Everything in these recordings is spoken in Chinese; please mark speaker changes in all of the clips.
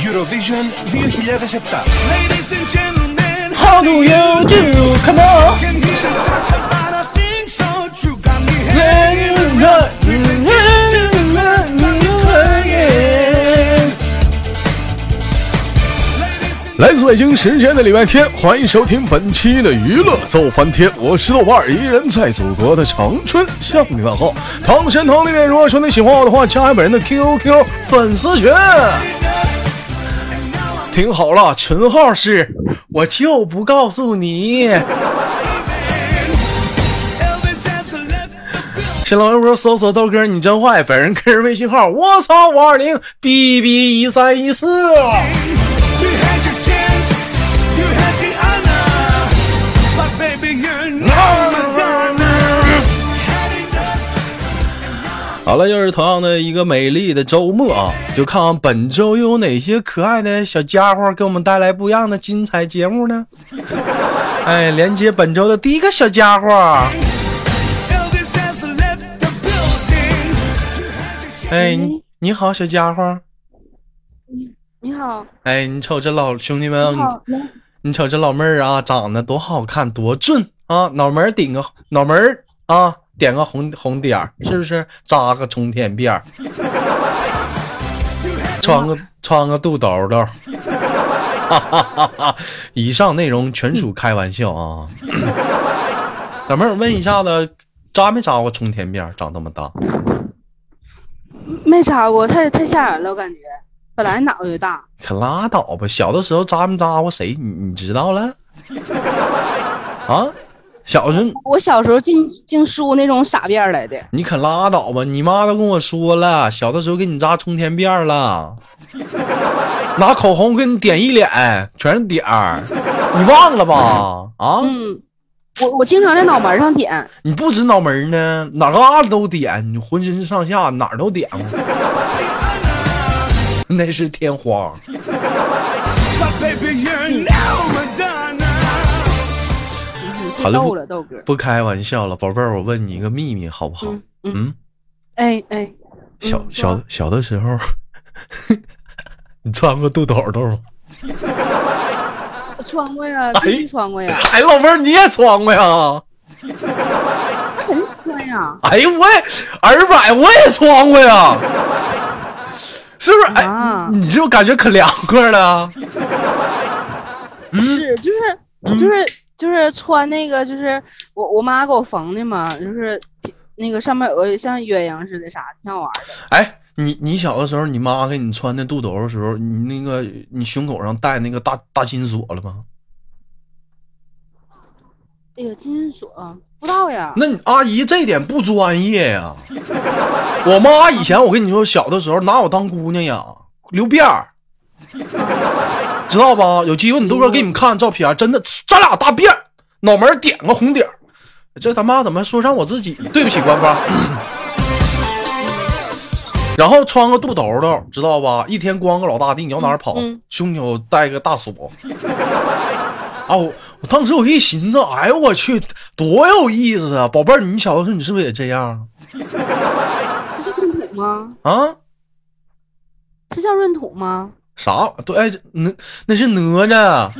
Speaker 1: Eurovision 2007.
Speaker 2: Ladies and gentlemen,
Speaker 3: How do you do? Come on.
Speaker 2: can hear me talk about a thing so true. Got me
Speaker 3: Let
Speaker 2: hanging
Speaker 3: you know- let you know-
Speaker 4: 来自北京时间的礼拜天，欢迎收听本期的娱乐奏翻天，我是豆瓣儿，依然在祖国的长春向你问好。唐山堂那边，如果说你喜欢我的话，加一本人的 QQ 粉丝群。听好了，群号是，我就不告诉你。
Speaker 2: Elvis has left the building.
Speaker 4: 新浪微博搜索豆哥你真坏，本人个人微信号我操五二零 b b 一三一四。
Speaker 2: You had your chance, you had the honor, but baby you're not Madonna. Had enough.
Speaker 4: 好了，又是同样的一个美丽的周末啊，就看看本周又有哪些可爱的小家伙给我们带来不一样的精彩节目呢？ 哎，连接本周的第一个小家伙，
Speaker 2: Elvis has left the building. You had your chance.
Speaker 4: 哎，你你好，小家伙，
Speaker 5: 你好，
Speaker 4: 哎，你瞅这老兄弟们，
Speaker 5: 你好，你
Speaker 4: 你瞅这老妹儿啊，长得多好看，多俊啊！脑门儿顶个脑门儿啊，点个红红点儿，是不是？扎个冲天辫儿，穿个穿个肚兜兜。哈哈哈哈！ 以上内容全属开玩笑啊。老妹儿，我问一下子，扎没扎过冲天辫儿？长这么大？
Speaker 5: 没扎过，太太吓人了，我感觉。本来脑袋就大，
Speaker 4: 可拉倒吧！小的时候扎没扎过谁？你你知道了？啊，小时候
Speaker 5: 我小时候净净梳那种傻辫儿来的。
Speaker 4: 你可拉倒吧！你妈都跟我说了，小的时候给你扎冲天辫儿了，拿口红给你点一脸，全是点儿，你忘了吧？啊，
Speaker 5: 嗯，我我经常在脑门上点，
Speaker 4: 你不指脑门儿呢，哪嘎达都点，你浑身上下哪儿都点过， 那是天花。
Speaker 2: But baby you're now Madonna.
Speaker 5: 你
Speaker 4: 好了
Speaker 5: 别逗了，豆哥。
Speaker 4: 不开玩笑了，宝贝儿，我问你一个秘密好不好？
Speaker 5: 嗯嗯，
Speaker 4: 嗯，
Speaker 5: 哎哎，嗯
Speaker 4: 小小
Speaker 5: 说
Speaker 4: 小的时候， 你穿过肚兜兜吗？
Speaker 5: 我穿过呀，必须穿过呀，
Speaker 4: 哎，老妹儿你也穿过呀？
Speaker 5: 那肯定穿呀。
Speaker 4: 哎呀，我也二百我也穿过呀，是不是？哎，
Speaker 5: 啊
Speaker 4: 你就感觉可凉快了。嗯
Speaker 5: 是，就是就是就是穿那个，就是我我妈给我缝的嘛，就是挺那个上面有个像鸳鸯似的啥，挺好玩的。
Speaker 4: 哎，你你小的时候，你妈给你穿那肚兜的时候，你那个你胸口上戴那个大大金锁了吗？
Speaker 5: 哎呀，金锁不知道呀。
Speaker 4: 那你阿姨这点不专业呀、 我妈以前我跟你说，小的时候拿我当姑娘呀，留辫儿，知道吧？有机会你豆哥给你们看照片，真的，咱俩大辫儿，脑门儿点个红点儿，这他妈怎么说上我自己？对不起官方。 然后穿个肚兜兜，知道吧？一天光个老大地，你要哪儿跑？
Speaker 5: 嗯嗯
Speaker 4: 胸口带个大锁。啊，我我当时我一寻思，哎呦我去，多有意思啊！宝贝儿，你小的时候你是不是也这样
Speaker 5: 这叫闰土吗？
Speaker 4: 啊？
Speaker 5: 这叫闰土吗？
Speaker 4: 啥？对，哎，那那是哪吒，啊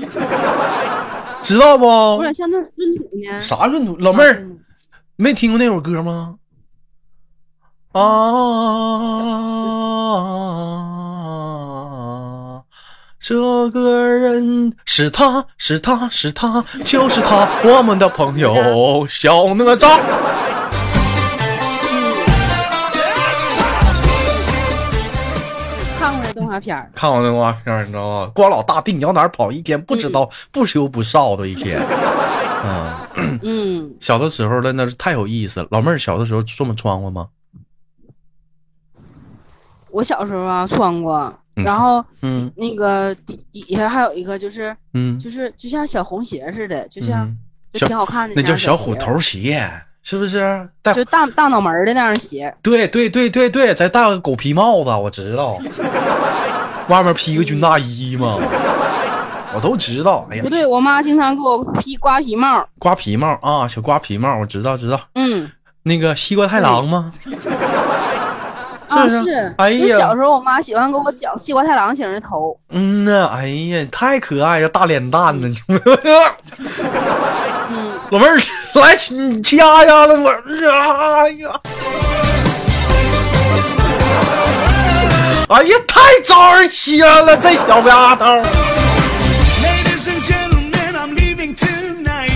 Speaker 4: 知道
Speaker 5: 有
Speaker 4: 不？
Speaker 5: 点像那闰土呢。嗯
Speaker 4: 啥闰土？老哦妹儿，没听过那首歌吗？啊，这个人是他，是他，是他，就是他，我们的朋友小哪吒。
Speaker 5: 看过那动画片儿，
Speaker 4: 看我那动画片儿，你知道吗？光老大地，你要哪儿跑？一天不知道、不羞不臊的一 天。嗯，
Speaker 5: 嗯，
Speaker 4: 小的时候的那是太有意思了。老妹儿小的时候这么穿过吗？
Speaker 5: 我小时候啊穿过，
Speaker 4: 嗯
Speaker 5: 然后
Speaker 4: 嗯
Speaker 5: 那个底底下还有一个就是
Speaker 4: 嗯，
Speaker 5: 就是就像小红鞋似的，就像、
Speaker 4: 嗯
Speaker 5: 就挺好看的
Speaker 4: 那
Speaker 5: 样
Speaker 4: 叫
Speaker 5: 的
Speaker 4: 小
Speaker 5: 鞋
Speaker 4: 虎，头啊鞋，是不是？带
Speaker 5: 就大大脑门儿的那样的鞋，
Speaker 4: 对对对对对，再戴个狗皮帽子，我知 道。外面披个军大衣嘛，我都知道。哎呀
Speaker 5: 不，对，我妈经常给我披瓜皮帽，
Speaker 4: 瓜皮帽啊，小瓜皮帽，我知道知道。
Speaker 5: 嗯
Speaker 4: 那个西瓜太郎吗？
Speaker 5: 啊，
Speaker 4: 是不是
Speaker 5: 是，
Speaker 4: 哎
Speaker 5: 就
Speaker 4: 呀
Speaker 5: 小时候我妈喜欢给我绞西瓜太郎型的头，
Speaker 4: 嗯呐，哎呀，你太可爱了，大脸蛋呢，你
Speaker 5: 嗯，
Speaker 4: 老妹儿来你掐呀，老妹儿，哎呀，哎呀，太招人稀罕了，这小丫头。
Speaker 2: Ladies and gentlemen, I'm leaving tonight.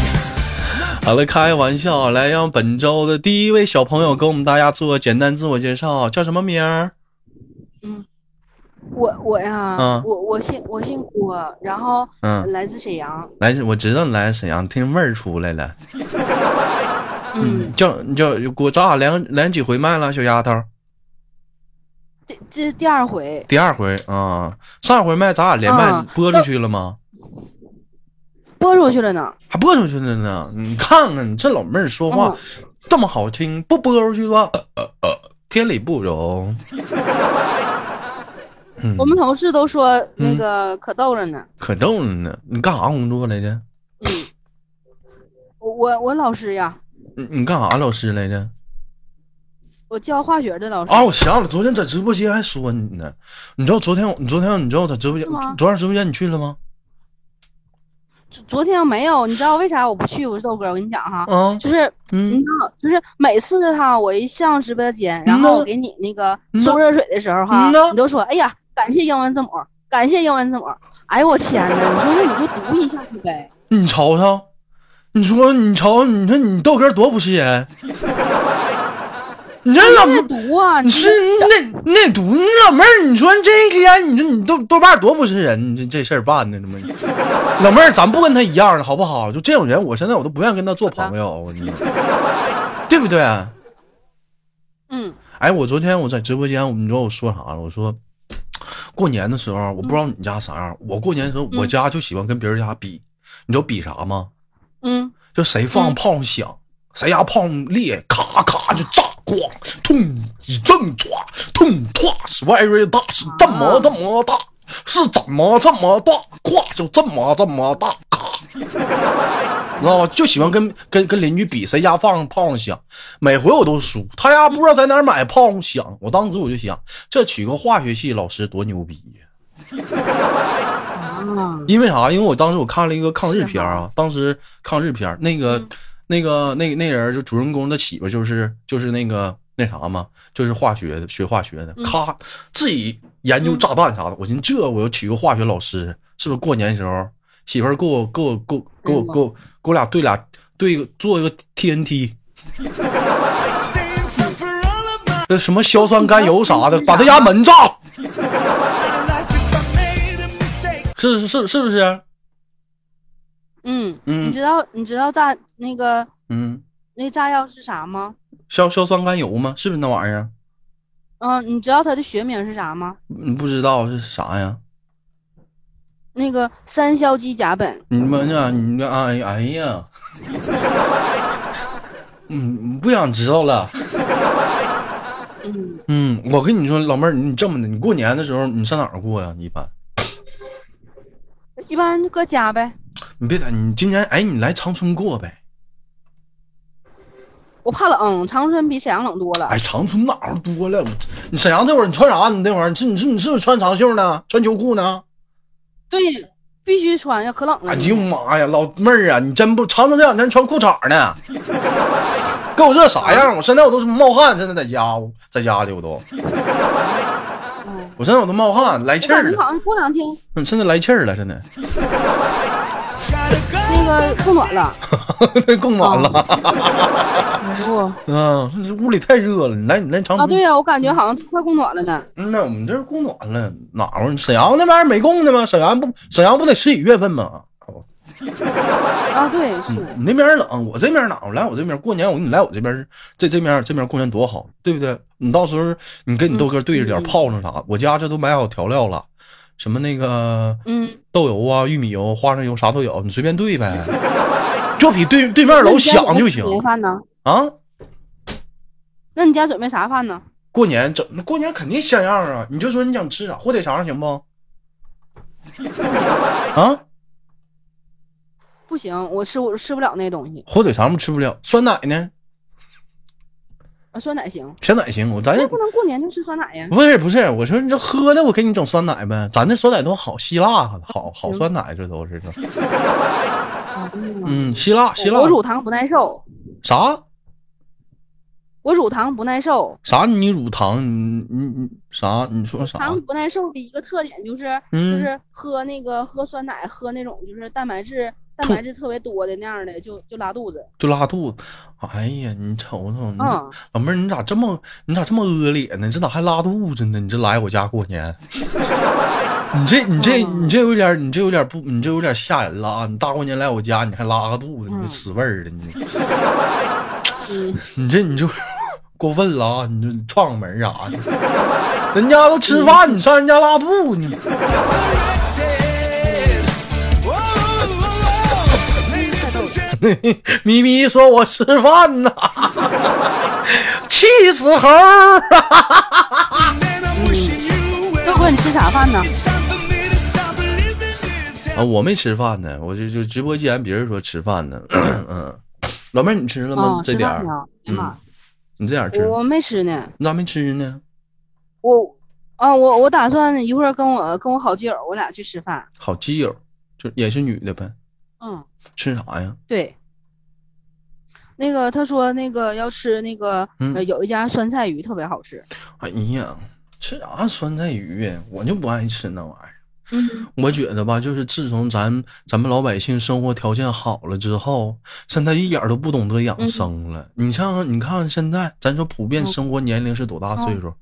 Speaker 4: 好了，开玩笑，啊来让本周的第一位小朋友给我们大家做简单自我介绍，叫什么名儿？
Speaker 5: 我我呀，
Speaker 4: 嗯
Speaker 5: 我我姓我姓郭，然后
Speaker 4: 嗯
Speaker 5: 来自沈阳，
Speaker 4: 来，我知道你来沈阳，听味儿出来了。
Speaker 5: 嗯，
Speaker 4: 叫你叫我咱俩连连几回麦了，小丫头？
Speaker 5: 这这是第二回，
Speaker 4: 第二回啊、上回麦咱俩连麦
Speaker 5: 嗯
Speaker 4: 播出去了吗？
Speaker 5: 播出去了呢，
Speaker 4: 还播出去了呢？你看看你这老妹儿说话、
Speaker 5: 嗯
Speaker 4: 这么好听，不播出去吧，呃呃呃天理不 容。嗯
Speaker 5: 我，们同事都说那
Speaker 4: 嗯
Speaker 5: 个可逗了呢，
Speaker 4: 可逗了呢。你干啥工作来着？
Speaker 5: 我我我老师呀，
Speaker 4: 你你干啥老师来着？
Speaker 5: 我教化学的老师，
Speaker 4: 啊，我想起来了，昨天在直播间还说你呢。你知道昨天我，你昨天你知道我在直播间
Speaker 5: 是吗，
Speaker 4: 昨天直播间你去了吗？
Speaker 5: 昨昨天没有，你知道为啥我不去？我豆哥，我跟你讲哈，
Speaker 4: 啊，
Speaker 5: 就是你
Speaker 4: 嗯
Speaker 5: 知道，就是每次哈，我一上直播间，然
Speaker 4: 呐
Speaker 5: 后我给你那个
Speaker 4: 嗯呐
Speaker 5: 收热水的时候哈
Speaker 4: 嗯呐，
Speaker 5: 你都说，哎呀，感谢英文字母，感谢英文字母，哎呦我天呐，你说这你就读一下去呗，
Speaker 4: 你瞅瞅，你说你瞅，你说你豆哥多不是人，你这老妹
Speaker 5: 你
Speaker 4: 儿
Speaker 5: 得读啊，
Speaker 4: 你
Speaker 5: 你
Speaker 4: 哎是
Speaker 5: 这
Speaker 4: 那那犊你老妹儿，你说这一天，你说你豆豆瓣儿多不是人，你这这事儿办的，这么老妹儿，咱不跟他一样的好不好？就这种人，我现在我都不愿意跟他做朋友，我跟你讲，对不对？啊
Speaker 5: 嗯
Speaker 4: 哎，我昨天我在直播间，你知道我说啥了？我说过年的时候，我不知道你家啥样，我过年的时候，我家就喜欢跟别人家比，你知道比啥吗？
Speaker 5: 嗯，
Speaker 4: 就谁放
Speaker 5: 嗯
Speaker 4: 炮响，谁家炮厉害，咔咔就炸，咣，痛一阵抓，痛唰，是外瑞大，是这么这么大，是怎么这么大，咵就这么这么大，咔，你知道吗？就喜欢跟跟跟邻居比谁家放炮响，每回我都输，他家不知道在哪儿买炮响，我当时我就想，这娶个化学系老师多牛逼呀！
Speaker 5: 啊，
Speaker 4: 因为啥？因为我当时我看了一个抗日片儿
Speaker 5: 是
Speaker 4: 啊，当时抗日片儿那个、那个那那人儿就主人公的媳妇儿就是就是那个那啥嘛，就是化学的学化学的，咔自己研究炸弹啥的。我寻思这我要娶个化学老师，是不是过年时候媳妇儿给我给我给我给我给我给我俩对俩对个做一个 TNT，
Speaker 2: Stay inside for all of my
Speaker 4: 那什么硝酸甘油啥的，把他家门炸了，
Speaker 2: life. If I made a mistake,
Speaker 4: 是是是不是？
Speaker 5: 嗯，
Speaker 4: 嗯
Speaker 5: 你知道你知道炸那个
Speaker 4: 嗯，
Speaker 5: 那炸药是啥吗？
Speaker 4: 硝硝酸甘油吗？是不是那玩意儿？
Speaker 5: 嗯，你知道它的学名是啥吗？
Speaker 4: 你嗯不知道是啥呀？
Speaker 5: 那个三硝基甲苯，
Speaker 4: 你们呀，你们哎哎呀， 嗯，不想知道了。
Speaker 5: 嗯，
Speaker 4: 嗯，我跟你说，老妹儿，你这么的，你过年的时候你上哪儿过呀？你一般，
Speaker 5: 一般搁家呗。
Speaker 4: 你别打，你今年哎，你来长春过呗？
Speaker 5: 我怕冷，长春比沈阳冷多了。
Speaker 4: 哎，长春哪儿多了？我你沈阳这会儿你穿啥？你那会儿你是你是你是不是穿长袖呢？穿秋裤呢？
Speaker 5: 对，必须穿，要可冷了。
Speaker 4: 哎呦妈呀，老妹儿啊，你真不长春这两天穿裤衩 呢，给我热啥样？我现在我都冒汗，现在在家我在家里我都，
Speaker 5: 嗯
Speaker 4: 我现在我都冒汗来
Speaker 5: 我
Speaker 4: 气
Speaker 5: 感
Speaker 4: 儿
Speaker 5: 觉
Speaker 4: 了。
Speaker 5: 好像过两天
Speaker 4: 嗯，现在 来气儿了，真的，
Speaker 2: gotta go.
Speaker 5: 那个供暖了。
Speaker 4: 供暖了。
Speaker 5: 哎呦
Speaker 4: 嗯，这屋里太热了，你来你来长
Speaker 5: 啊，
Speaker 4: 春。
Speaker 5: 对呀、我感觉好像快供暖了呢。
Speaker 4: 嗯呐，我们这儿供暖了，哪儿啊？沈阳那边没供呢吗？沈阳不，沈阳不得十一月份吗？哦
Speaker 5: 啊，对，是。
Speaker 4: 你那边冷，我这边哪儿？来我这边过年，我给你来我这边，这这边这边过年多好，对不对？你到时候你跟你豆哥对着点，
Speaker 5: 嗯嗯
Speaker 4: 泡上啥？我家这都买好调料了，什么那个
Speaker 5: 嗯，
Speaker 4: 豆油啊、玉米油、花生油啥都有，你随便兑 呗，就比对对面楼响就行
Speaker 5: 那你家准备啥饭呢？
Speaker 4: 啊。
Speaker 5: 那你家准备啥饭呢？
Speaker 4: 过年整，那过年肯定像样啊！你就说你想吃啥，火腿肠行不？ 啊，
Speaker 5: 不行，我吃我吃不了那东西。
Speaker 4: 火腿肠不吃不了，酸奶呢？
Speaker 5: 啊酸奶行，
Speaker 4: 酸奶行，我咱
Speaker 5: 那
Speaker 4: 也
Speaker 5: 不能过年就吃酸奶呀。
Speaker 4: 不是不是，我说你这喝的，我给你整酸奶呗。咱这酸奶都好希腊，好好酸奶，这都是。
Speaker 5: 啊，真的吗
Speaker 4: 嗯，希腊希腊
Speaker 5: 我乳糖不耐受，
Speaker 4: 啥
Speaker 5: 我乳糖不耐受，
Speaker 4: 啥？你乳糖你你你啥？你说啥
Speaker 5: 糖？不耐受的一个特点就是
Speaker 4: 嗯
Speaker 5: 就是喝那个喝酸奶，喝那种就是蛋白质蛋白质特别多的那样的，就就拉肚子。
Speaker 4: 就拉肚子。哎呀，你瞅瞅，你
Speaker 5: 嗯，
Speaker 4: 老妹儿，你咋这么你咋这么恶劣呢？你这咋还拉肚子呢？你这来我家过年，你这你这
Speaker 5: 嗯
Speaker 4: 你这有点你这有点不你这有点吓人了啊！你大过年来我家，你还拉个肚子，你这
Speaker 5: 嗯
Speaker 4: 死味儿的，你
Speaker 5: 嗯，
Speaker 4: 你这你就过分了啊！你这撞个 门啥的，人家都吃饭，你上人家拉肚子，你
Speaker 2: Ladies and gentlemen.
Speaker 4: 咪咪说我吃饭呢， 气死猴儿！
Speaker 2: Man, I'm wishing you
Speaker 5: 豆
Speaker 2: well.
Speaker 5: 哥，你吃啥饭呢？
Speaker 2: It's time for me to stop believing this.
Speaker 4: 啊，我没吃饭呢，我就就直播间别人说吃饭 呢，嗯，老妹儿你吃了吗？
Speaker 5: 啊，
Speaker 4: 这
Speaker 5: 吃
Speaker 4: 点
Speaker 5: 饭
Speaker 4: 儿
Speaker 5: 呢？哎呀妈，
Speaker 4: 你这点儿吃，
Speaker 5: 我我没吃呢，
Speaker 4: 你咋没吃呢？
Speaker 5: 我啊我我打算一会儿跟我跟我好基友我俩去吃饭。
Speaker 4: 好基友，就也是女的呗，
Speaker 5: 嗯，
Speaker 4: 吃啥呀？
Speaker 5: 对。那个他说那个要吃那个、
Speaker 4: 嗯
Speaker 5: 呃有一家酸菜鱼特别好吃。
Speaker 4: 哎呀，吃啥酸菜鱼呀？我就不爱吃那玩意儿。
Speaker 5: 嗯，
Speaker 4: 我觉得吧，就是自从咱咱们老百姓生活条件好了之后，现在一点儿都不懂得养生了。你像你看看现在，咱说普遍
Speaker 5: 嗯
Speaker 4: 生活年龄是多大岁数？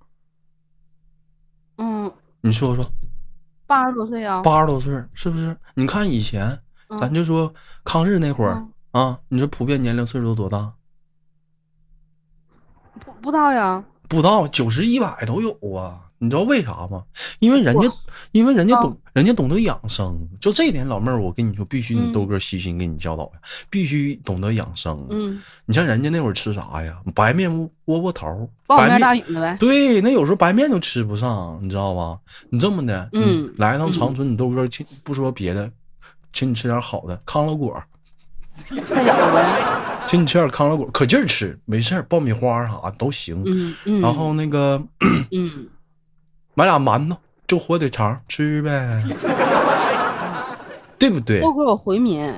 Speaker 5: 嗯，
Speaker 4: 你说说，
Speaker 5: 八十多岁啊。
Speaker 4: 八十多岁儿是不是？你看以前，
Speaker 5: 嗯
Speaker 4: 咱就说抗日那会儿、
Speaker 5: 嗯
Speaker 4: 啊，你说普遍年龄岁数都多大？
Speaker 5: 不不知道呀。
Speaker 4: 不到九十一百都有啊。你知道为啥吗？因为人家，因为人家懂，
Speaker 5: 哦
Speaker 4: 人家懂得养生。就这一点，老妹儿，我跟你说，必须你
Speaker 5: 嗯
Speaker 4: 豆哥悉心给你教导呀，必须懂得养生。
Speaker 5: 嗯，
Speaker 4: 你像人家那会儿吃啥呀？白面窝窝窝头，
Speaker 5: 苞
Speaker 4: 白
Speaker 5: 米面大
Speaker 4: 面
Speaker 5: 饼子呗。
Speaker 4: 对，那有时候白面都吃不上，你知道吧？你这么的，
Speaker 5: 嗯
Speaker 4: 你来一趟
Speaker 5: 嗯
Speaker 4: 长春，你豆哥请不说别的，请你吃点好的，康乐果，
Speaker 5: 菜饺子呗。
Speaker 4: 请你吃点康乐果，可劲儿吃，没事儿，爆米花啥都行。
Speaker 5: 嗯嗯。
Speaker 4: 然后那个
Speaker 5: 嗯，
Speaker 4: 买俩馒头，就火腿肠吃呗， 对不对
Speaker 5: 豆？哥我回民。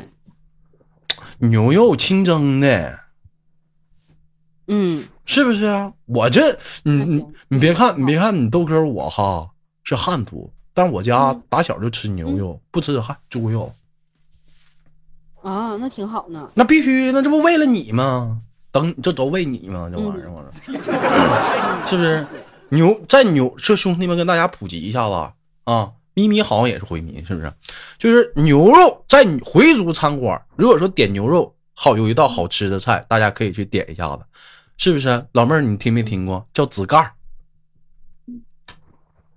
Speaker 4: 牛肉清蒸的。
Speaker 5: 嗯，
Speaker 4: 是不是啊？我这，你
Speaker 5: 那
Speaker 4: 你
Speaker 5: 行嗯
Speaker 4: 你别看，你别看你豆哥我哈是汉族，但我家
Speaker 5: 嗯
Speaker 4: 打小就吃牛肉，不吃汉猪肉，
Speaker 5: 啊，那挺好呢。
Speaker 4: 那必须，那这不为了你吗？等这都为你吗？这玩意儿，我说、 是不是？牛在牛，这兄弟们跟大家普及一下子啊，咪咪好像也是回民，是不是？就是牛肉在回族餐馆，如果说点牛肉，好有一道好吃的菜，大家可以去点一下子，是不是？老妹儿，你听没听过叫紫盖儿？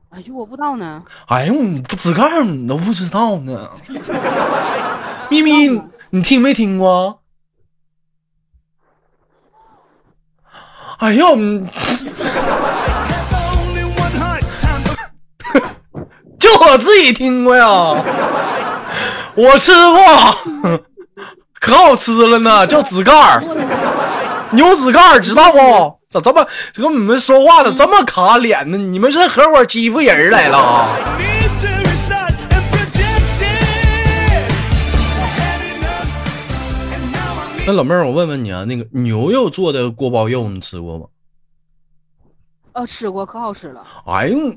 Speaker 5: 哎呦，我不知道呢。
Speaker 4: 哎呦，你不自个儿你都不知道呢。咪咪，你你听没听过？哎呦，你
Speaker 2: Only one heart, time to
Speaker 4: 就我自己听过呀，我吃过，可好吃了呢，叫紫盖儿，牛紫盖儿，知道不？咋这么跟你们说话咋这么卡脸呢？你们是合伙欺负人来了啊？
Speaker 2: need to restart and protect it. I had enough, and now I need
Speaker 4: 那老妹儿，我问问你啊，那个牛肉做的锅包肉你吃过吗？
Speaker 5: 呃，吃过，可好吃了。
Speaker 4: 哎呦，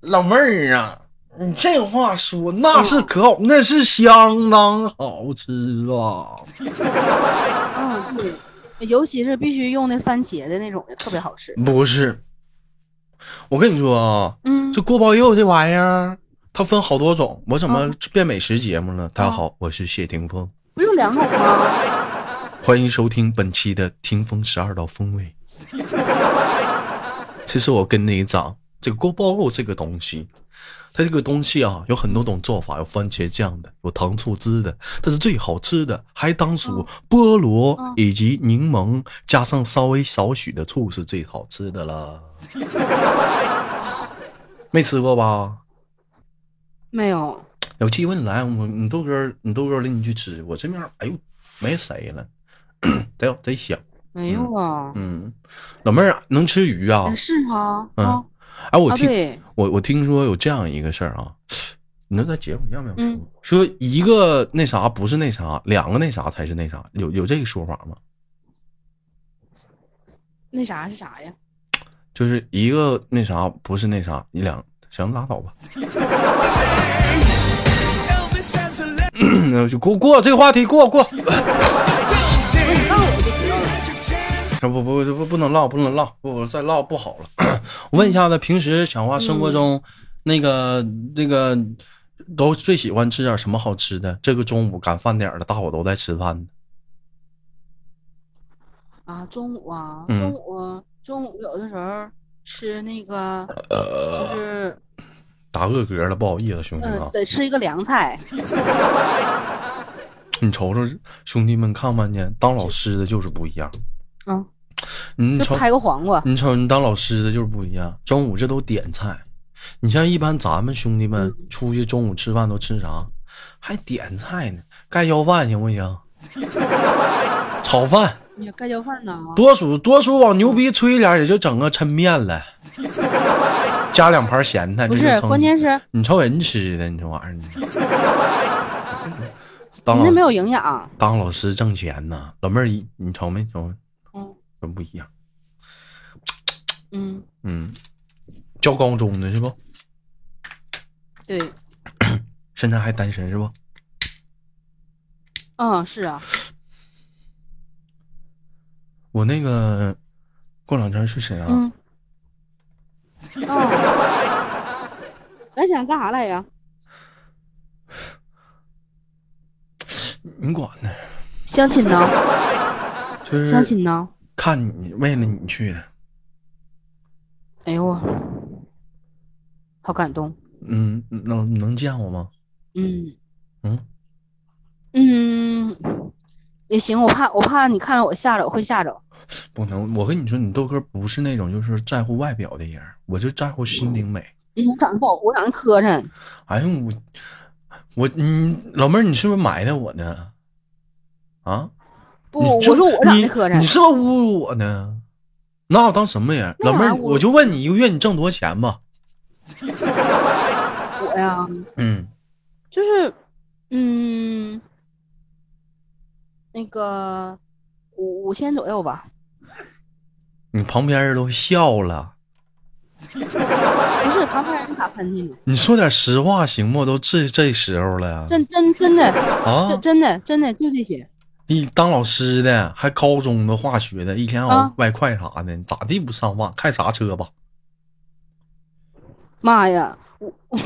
Speaker 4: 老妹儿啊，你这话说那是可好，那是相当好吃啊！
Speaker 5: 嗯，对，尤其是必须用那番茄的那种的，特别好吃。
Speaker 4: 不是，我跟你说啊，
Speaker 5: 嗯
Speaker 4: 这锅包肉这玩意儿，它分好多种。我怎么变美食节目了？大家好，我是谢霆锋，
Speaker 5: 不用两口吗？
Speaker 4: 欢迎收听本期的《霆锋十二道风味》。其实我跟你讲，这个锅包肉这个东西，它这个东西啊，有很多种做法，有番茄酱的，有糖醋汁的，但是最好吃的还当属菠萝以及柠檬，加上稍微少许的醋是最好吃的了。没吃过吧？
Speaker 5: 没有。
Speaker 4: 有机会你来，我你 豆哥，你豆哥领你去吃。我这面，哎呦，没谁了，得有得小。
Speaker 5: 没有啊，
Speaker 4: 嗯，老妹儿能吃鱼啊
Speaker 5: 哎？是哈，
Speaker 4: 嗯
Speaker 5: 啊
Speaker 4: 哎，我
Speaker 5: 啊
Speaker 4: 听、
Speaker 5: 对，
Speaker 4: 我我听说有这样一个事儿啊，你说咱节目要不要说？
Speaker 5: 嗯
Speaker 4: 说一个那啥不是那啥，两个那啥才是那啥，有有这个说法吗？
Speaker 5: 那啥是啥呀？
Speaker 4: 就是一个那啥不是那啥，你两行拉倒吧，
Speaker 2: Elvis has a legend.
Speaker 4: 那就过过这个话题过 过，啊不不不不能唠不能唠，不不再唠不好了。 我问一下子，平时讲话生活
Speaker 5: 嗯
Speaker 4: 中，那个那个都最喜欢吃点什么好吃的？这个中午赶饭点儿了，大伙都在吃饭呢。
Speaker 5: 啊，中午啊，
Speaker 4: 嗯
Speaker 5: 中午中午有的时候吃那个，就是
Speaker 4: 打饿嗝了，不呃好意思，兄弟们
Speaker 5: 嗯
Speaker 4: 啊，
Speaker 5: 得吃一个凉菜，
Speaker 4: 你瞅瞅，兄弟们看没看见？当老师的就是不一样。
Speaker 5: 嗯，
Speaker 4: 你
Speaker 5: 就
Speaker 4: 瞅，嗯
Speaker 5: 拍个黄瓜，
Speaker 4: 你瞅，你当老师的就是不一样。中午这都点菜，你像一般咱们兄弟
Speaker 5: 嗯
Speaker 4: 们出去中午吃饭都吃啥？还点菜呢？盖浇饭行不行？炒饭，
Speaker 5: 你盖浇饭呢？啊
Speaker 4: 多数多数往牛逼吹一点，也就整个抻面了，加两盘咸菜。
Speaker 5: 不，
Speaker 4: 这就是成
Speaker 5: 关键是
Speaker 4: 你瞅人吃的，你这玩意儿。当
Speaker 5: 你
Speaker 4: 老
Speaker 5: 这
Speaker 4: 师
Speaker 5: 没有营养，
Speaker 4: 当老师挣钱呢，老妹儿，你你瞅没瞅没？
Speaker 5: 嗯
Speaker 4: 真不一样。
Speaker 5: 嗯，
Speaker 4: 嗯，教高中的是不？
Speaker 5: 对，
Speaker 4: 现在还单身是不？
Speaker 5: 嗯是啊，
Speaker 4: 我那个过两天去啊沈阳，
Speaker 5: 嗯，哦，咱想干啥来着？
Speaker 4: 你管呢？
Speaker 5: 相亲呢？
Speaker 4: 就
Speaker 5: 相
Speaker 4: 是
Speaker 5: 亲呢？
Speaker 4: 看你为了你去的。
Speaker 5: 哎呦我，好感动，
Speaker 4: 嗯，能能见我吗？
Speaker 5: 嗯。
Speaker 4: 嗯，
Speaker 5: 嗯，也行，我怕我怕你看着我吓着，我会吓着。
Speaker 4: 不能。我跟你说，你豆哥不是那种就是在乎外表的人，我就在乎心灵美。
Speaker 5: 你长得不好，我长得磕碜。
Speaker 4: 哎呦我我你老妹儿，你是不是埋汰我呢？啊？
Speaker 5: 不，
Speaker 4: 你
Speaker 5: 我
Speaker 4: 就
Speaker 5: 说我长
Speaker 4: 你
Speaker 5: 得磕
Speaker 4: 你
Speaker 5: 碜，
Speaker 4: 是不是侮辱我呢？拿我当什么人？
Speaker 5: 那
Speaker 4: 老妹儿，
Speaker 5: 哪侮
Speaker 4: 我
Speaker 5: 辱
Speaker 4: 就问你，一个月你挣多少钱吧？
Speaker 5: 我呀，
Speaker 4: 嗯，
Speaker 5: 就是，嗯，那个五五千左右吧。
Speaker 4: 你旁边人都笑了。
Speaker 5: 不是，旁边人打喷嚏呢，
Speaker 4: 你说点实话行不？都这这时候了
Speaker 5: 真真真的，
Speaker 4: 啊
Speaker 5: 这！真的真的就这些。
Speaker 4: 你当老师的，还高中的化学的，一天往
Speaker 5: 啊
Speaker 4: 外快啥的，你咋地不上万？开啥车吧？
Speaker 5: 妈呀，我 我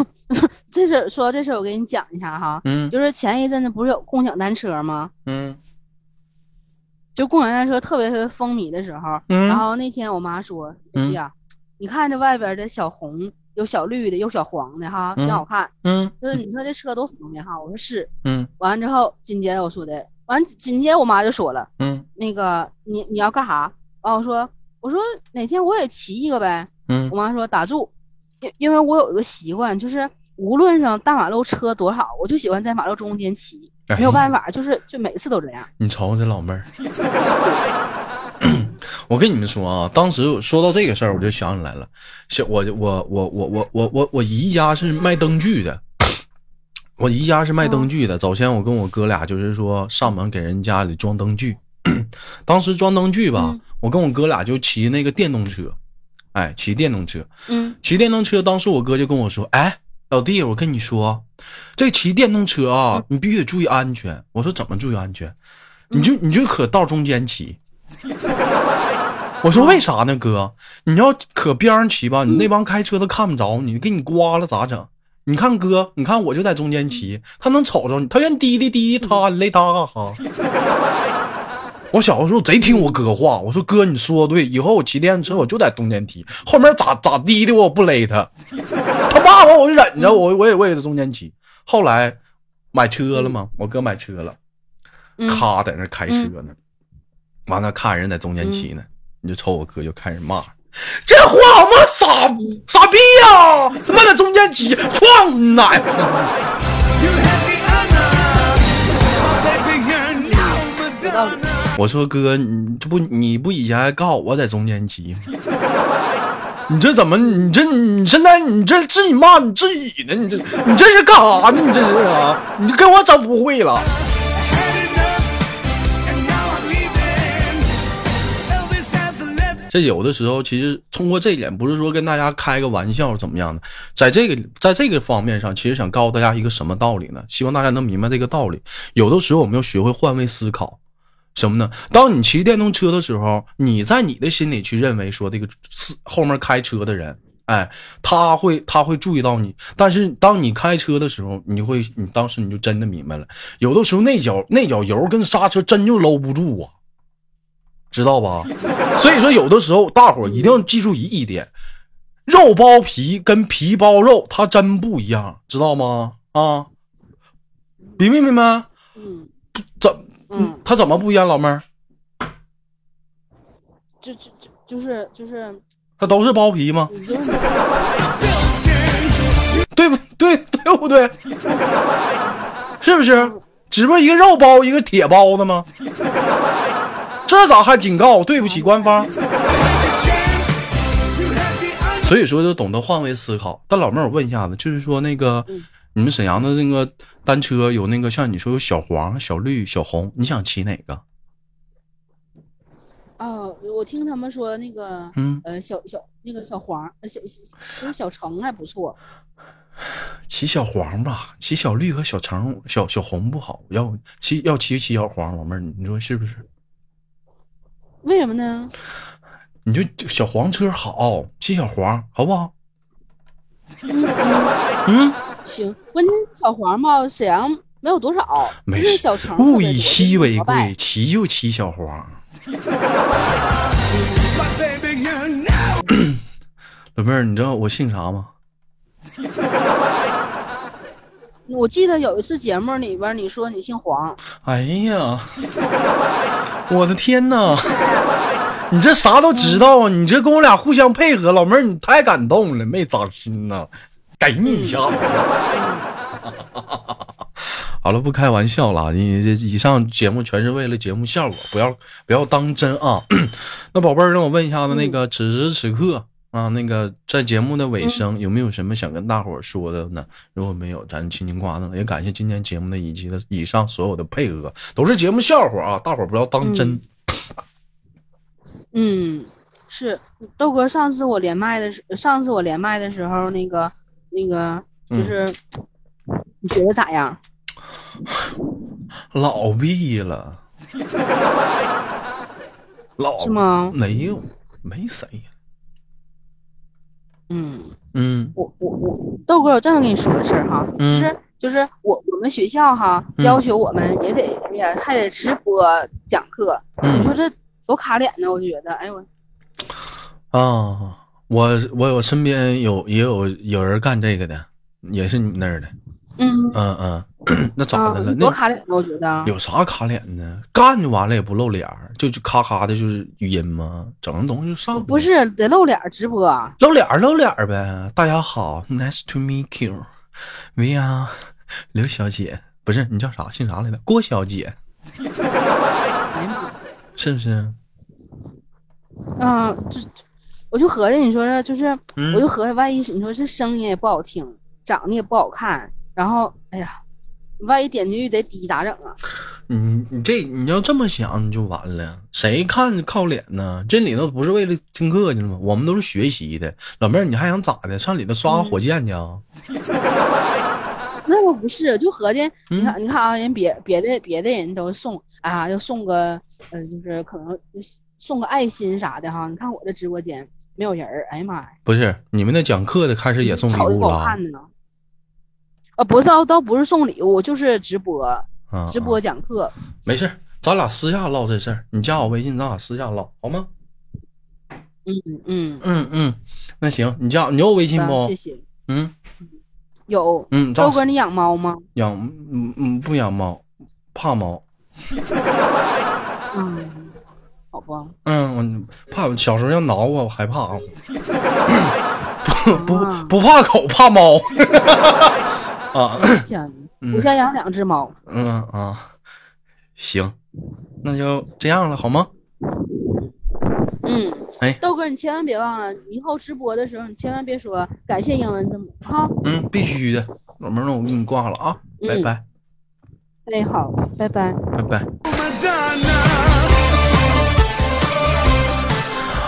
Speaker 5: 这事儿说到这事儿我给你讲一下哈，
Speaker 4: 嗯
Speaker 5: 就是前一阵子不是有共享单车吗？
Speaker 4: 嗯
Speaker 5: 就共享单车特别特别风靡的时候，
Speaker 4: 嗯
Speaker 5: 然后那天我妈说：“哎
Speaker 4: 嗯
Speaker 5: 呀，你看这外边的小红，有小绿的，有小黄的哈，
Speaker 4: 嗯
Speaker 5: 挺好看。
Speaker 4: 嗯
Speaker 5: 就是你说这车多方便哈。”我说是。
Speaker 4: 嗯
Speaker 5: 完了之后，紧接着我说的，完紧接着我妈就说了
Speaker 4: 嗯：“
Speaker 5: 那个你你要干啥？”完我说：“我说哪天我也骑一个呗。”
Speaker 4: 嗯
Speaker 5: 我妈说：“打住，因因为我有一个习惯，就是无论上大马路车多少，我就喜欢在马路中间骑，
Speaker 4: 哎
Speaker 5: 没有办法，就是就每次都这样。
Speaker 4: 你瞅这老妹儿， 我跟你们说啊，当时说到这个事儿，我就想起来了，小我就我我我我我我我姨家是卖灯具的，我姨家是卖灯具的。早先我跟我哥俩就是说上门给人家里装灯具， 当时装灯具吧，
Speaker 5: 嗯
Speaker 4: 我跟我哥俩就骑那个电动车，哎，骑电动车，
Speaker 5: 嗯
Speaker 4: 骑电动车，当时我哥就跟我说：“哎，老弟，我跟你说，这骑电动车啊，你必须得注意安全。”我说：“怎么注意安全？你就你就可道中间骑。”我说：“为啥呢，哥？你要可边上骑吧，你那帮开车的看不着你，给你刮了咋整？你看哥，你看我就在中间骑，他能瞅着你，他愿意滴滴滴滴他，你勒他干哈？”我小的时候贼听我哥话，我说哥你说的对，以后我骑电动车我就在中间骑，后面咋咋滴的我不勒他，他骂我我就忍着，我我也我也在中间骑。后来买车了嘛，我哥买车了，
Speaker 5: 嗯，
Speaker 4: 咔在那开车呢，完了看人在中间骑呢，你就瞅我哥就开始骂，这货好妈傻傻逼呀、他妈在中间骑，撞死你奶奶！
Speaker 2: You had the honor, oh, baby, you're no Madonna.
Speaker 4: 我说哥，你这不你不以前还告我在中间期吗？ 你这怎么？你这你现在你这自己骂你自己呢？你这你这是干啥呢？你这是啊？你这给我整不会了。这有的时候其实通过这一点，不是说跟大家开个玩笑怎么样的，在这个在这个方面上，其实想告诉大家一个什么道理呢？希望大家能明白这个道理。有的时候我们要学会换位思考，什么呢？当你骑电动车的时候，你在你的心里去认为说这个是后面开车的人。哎，他会他会注意到你，但是当你开车的时候，你会你当时你就真的明白了，有的时候那脚那脚油跟刹车真就搂不住啊，知道吧？所以说，有的时候大伙儿一定要记住一一点，肉包皮跟皮包肉它真不一样，知道吗？啊，明白明白？
Speaker 5: 嗯
Speaker 4: 怎
Speaker 5: 嗯，
Speaker 4: 它怎么不一样，老妹儿？
Speaker 5: 就就就就是就是，
Speaker 4: 它都是包皮吗？
Speaker 5: 你就是
Speaker 4: 对不对？对不对？是不是？只不过一个肉包，一个铁包的吗？这咋还警告？对不起，官方。所以说，就懂得换位思考。但老妹儿，我问一下子，就是说那个，
Speaker 5: 嗯
Speaker 4: 你们沈阳的那个单车有那个，像你说有小黄、小绿、小红，你想骑哪个？
Speaker 5: 哦，我听他们说那个，
Speaker 4: 嗯
Speaker 5: 呃，小小那个小黄，呃小小就是小程还不错，
Speaker 4: 骑小黄吧，骑小绿和小橙、小小红不好，要骑要骑骑小黄。老妹儿，你说是不是？
Speaker 5: 为什么呢？
Speaker 4: 你就就小黄车好，骑小黄好不好？嗯，
Speaker 5: 行，关键小黄吧，沈阳没有多少，
Speaker 4: 没
Speaker 5: 就是
Speaker 4: 事
Speaker 5: 小程，特
Speaker 4: 物
Speaker 5: 别
Speaker 4: 以
Speaker 5: 多
Speaker 4: 稀为，
Speaker 5: 就是摩拜
Speaker 4: 贵，骑就骑小黄。老妹儿，你知道我姓啥吗？
Speaker 5: 我记得有一次节目里边你说你姓黄，
Speaker 4: 哎呀，我的天呐！你这啥都知道啊！你这跟我俩互相配合，老妹儿你太感动了，没长心呐，给你一下。 好了，不开玩笑了，啊你这以上节目全是为了节目效果，不要不要当真啊。 那宝贝儿，让我问一下子，那个此时此刻啊，那个在节目的尾声，有没有什么想跟大伙儿说的呢？如果没有，咱轻轻挂断了。也感谢今天节目的以及的以上所有的配合，都是节目效果啊，大伙儿不要当真。
Speaker 5: 嗯，是豆哥上次我连麦的时，上次我连麦的时候那个那个就是，
Speaker 4: 嗯
Speaker 5: 你觉得咋样？嗯
Speaker 4: 老毕 了，老
Speaker 5: 是吗
Speaker 4: 没有，没谁呀。
Speaker 5: 嗯。
Speaker 4: 嗯
Speaker 5: 我我我，豆哥，我这么跟你说个事儿哈，
Speaker 4: 嗯
Speaker 5: 就是就是我我们学校哈，
Speaker 4: 嗯
Speaker 5: 要求我们也得也还得直播讲课，你
Speaker 4: 嗯
Speaker 5: 说这多卡脸呢？我就觉得，哎我，
Speaker 4: 啊，我我我身边有也有有人干这个的，也是你们那儿的。
Speaker 5: 嗯
Speaker 4: 嗯嗯， 那咋
Speaker 5: 啊
Speaker 4: 的了？，
Speaker 5: 多
Speaker 4: 那
Speaker 5: 卡脸呢？我觉得，
Speaker 4: 有啥卡脸呢？干就完了，也不露脸儿，就就咔咔的，就是语音嘛，整那东西就上。
Speaker 5: 不是得露脸直播，啊
Speaker 4: 露脸儿露脸儿呗。大家好，Nice to meet you，We are 刘小姐，不是你叫啥？姓啥来着？郭小姐
Speaker 5: 哎呀妈，
Speaker 4: 是不是？
Speaker 5: 嗯，就我就合计你说这就是，
Speaker 4: 嗯
Speaker 5: 我就合计万一是你说这声音也不好听，长得也不好看，然后哎呀，万一点击率得低咋整啊？
Speaker 4: 你你这你要这么想你就完了，谁看靠脸呢？这里头不是为了听课去了吗？我们都是学习的。老妹儿，你还想咋的？上里头刷个火箭去啊？
Speaker 5: 那我不是，就合计你
Speaker 4: 嗯
Speaker 5: 看，你看啊，人别别的别的人都送啊，要送个，呃，就是可能就是送个爱心啥的哈。你看我这直播间没有人儿，哎呀妈呀，
Speaker 4: 不是，你们那讲课的开始也送
Speaker 5: 瞅
Speaker 4: 礼
Speaker 5: 着
Speaker 4: 物
Speaker 5: 不
Speaker 4: 了
Speaker 5: 好
Speaker 4: 啊
Speaker 5: 看？的呢。啊，不是，倒倒不是送礼物，就是直播，
Speaker 4: 啊
Speaker 5: 直播讲课。
Speaker 4: 没事儿，咱俩私下唠这事儿。你加我微信，咱俩私下唠好吗？
Speaker 5: 嗯嗯，
Speaker 4: 嗯嗯，那行，你加你有我微信
Speaker 5: 好
Speaker 4: 不
Speaker 5: 的谢？谢。
Speaker 4: 嗯
Speaker 5: 有，
Speaker 4: 嗯，咱
Speaker 5: 豆
Speaker 4: 俩
Speaker 5: 哥，你养猫吗？
Speaker 4: 养嗯嗯不养猫，怕猫。
Speaker 5: 嗯，好吧。
Speaker 4: 嗯，我怕小时候要挠我，我害怕啊。不
Speaker 5: 啊
Speaker 4: 不不怕狗，怕猫。 啊，
Speaker 5: 天哪，
Speaker 4: 嗯
Speaker 5: 我家养两只猫。
Speaker 4: 嗯啊，行，那就这样了，好吗？
Speaker 5: 嗯，
Speaker 4: 哎
Speaker 5: 豆哥，你千万别忘了，以后直播的时候你千万别说感谢英文字母哈。
Speaker 4: 嗯，必须的。老妹儿，那我给你挂了啊，拜
Speaker 5: 嗯
Speaker 4: 拜，
Speaker 5: 哎，好，拜拜。
Speaker 4: 拜拜。
Speaker 2: Madonna.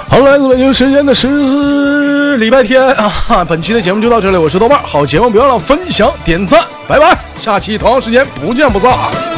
Speaker 4: 好了，来自北京时间的十礼拜天啊，本期的节目就到这里，我是豆瓣儿，好节目别忘了分享、点赞，拜拜，下期同样时间不见不散啊。
Speaker 2: Oh, oh.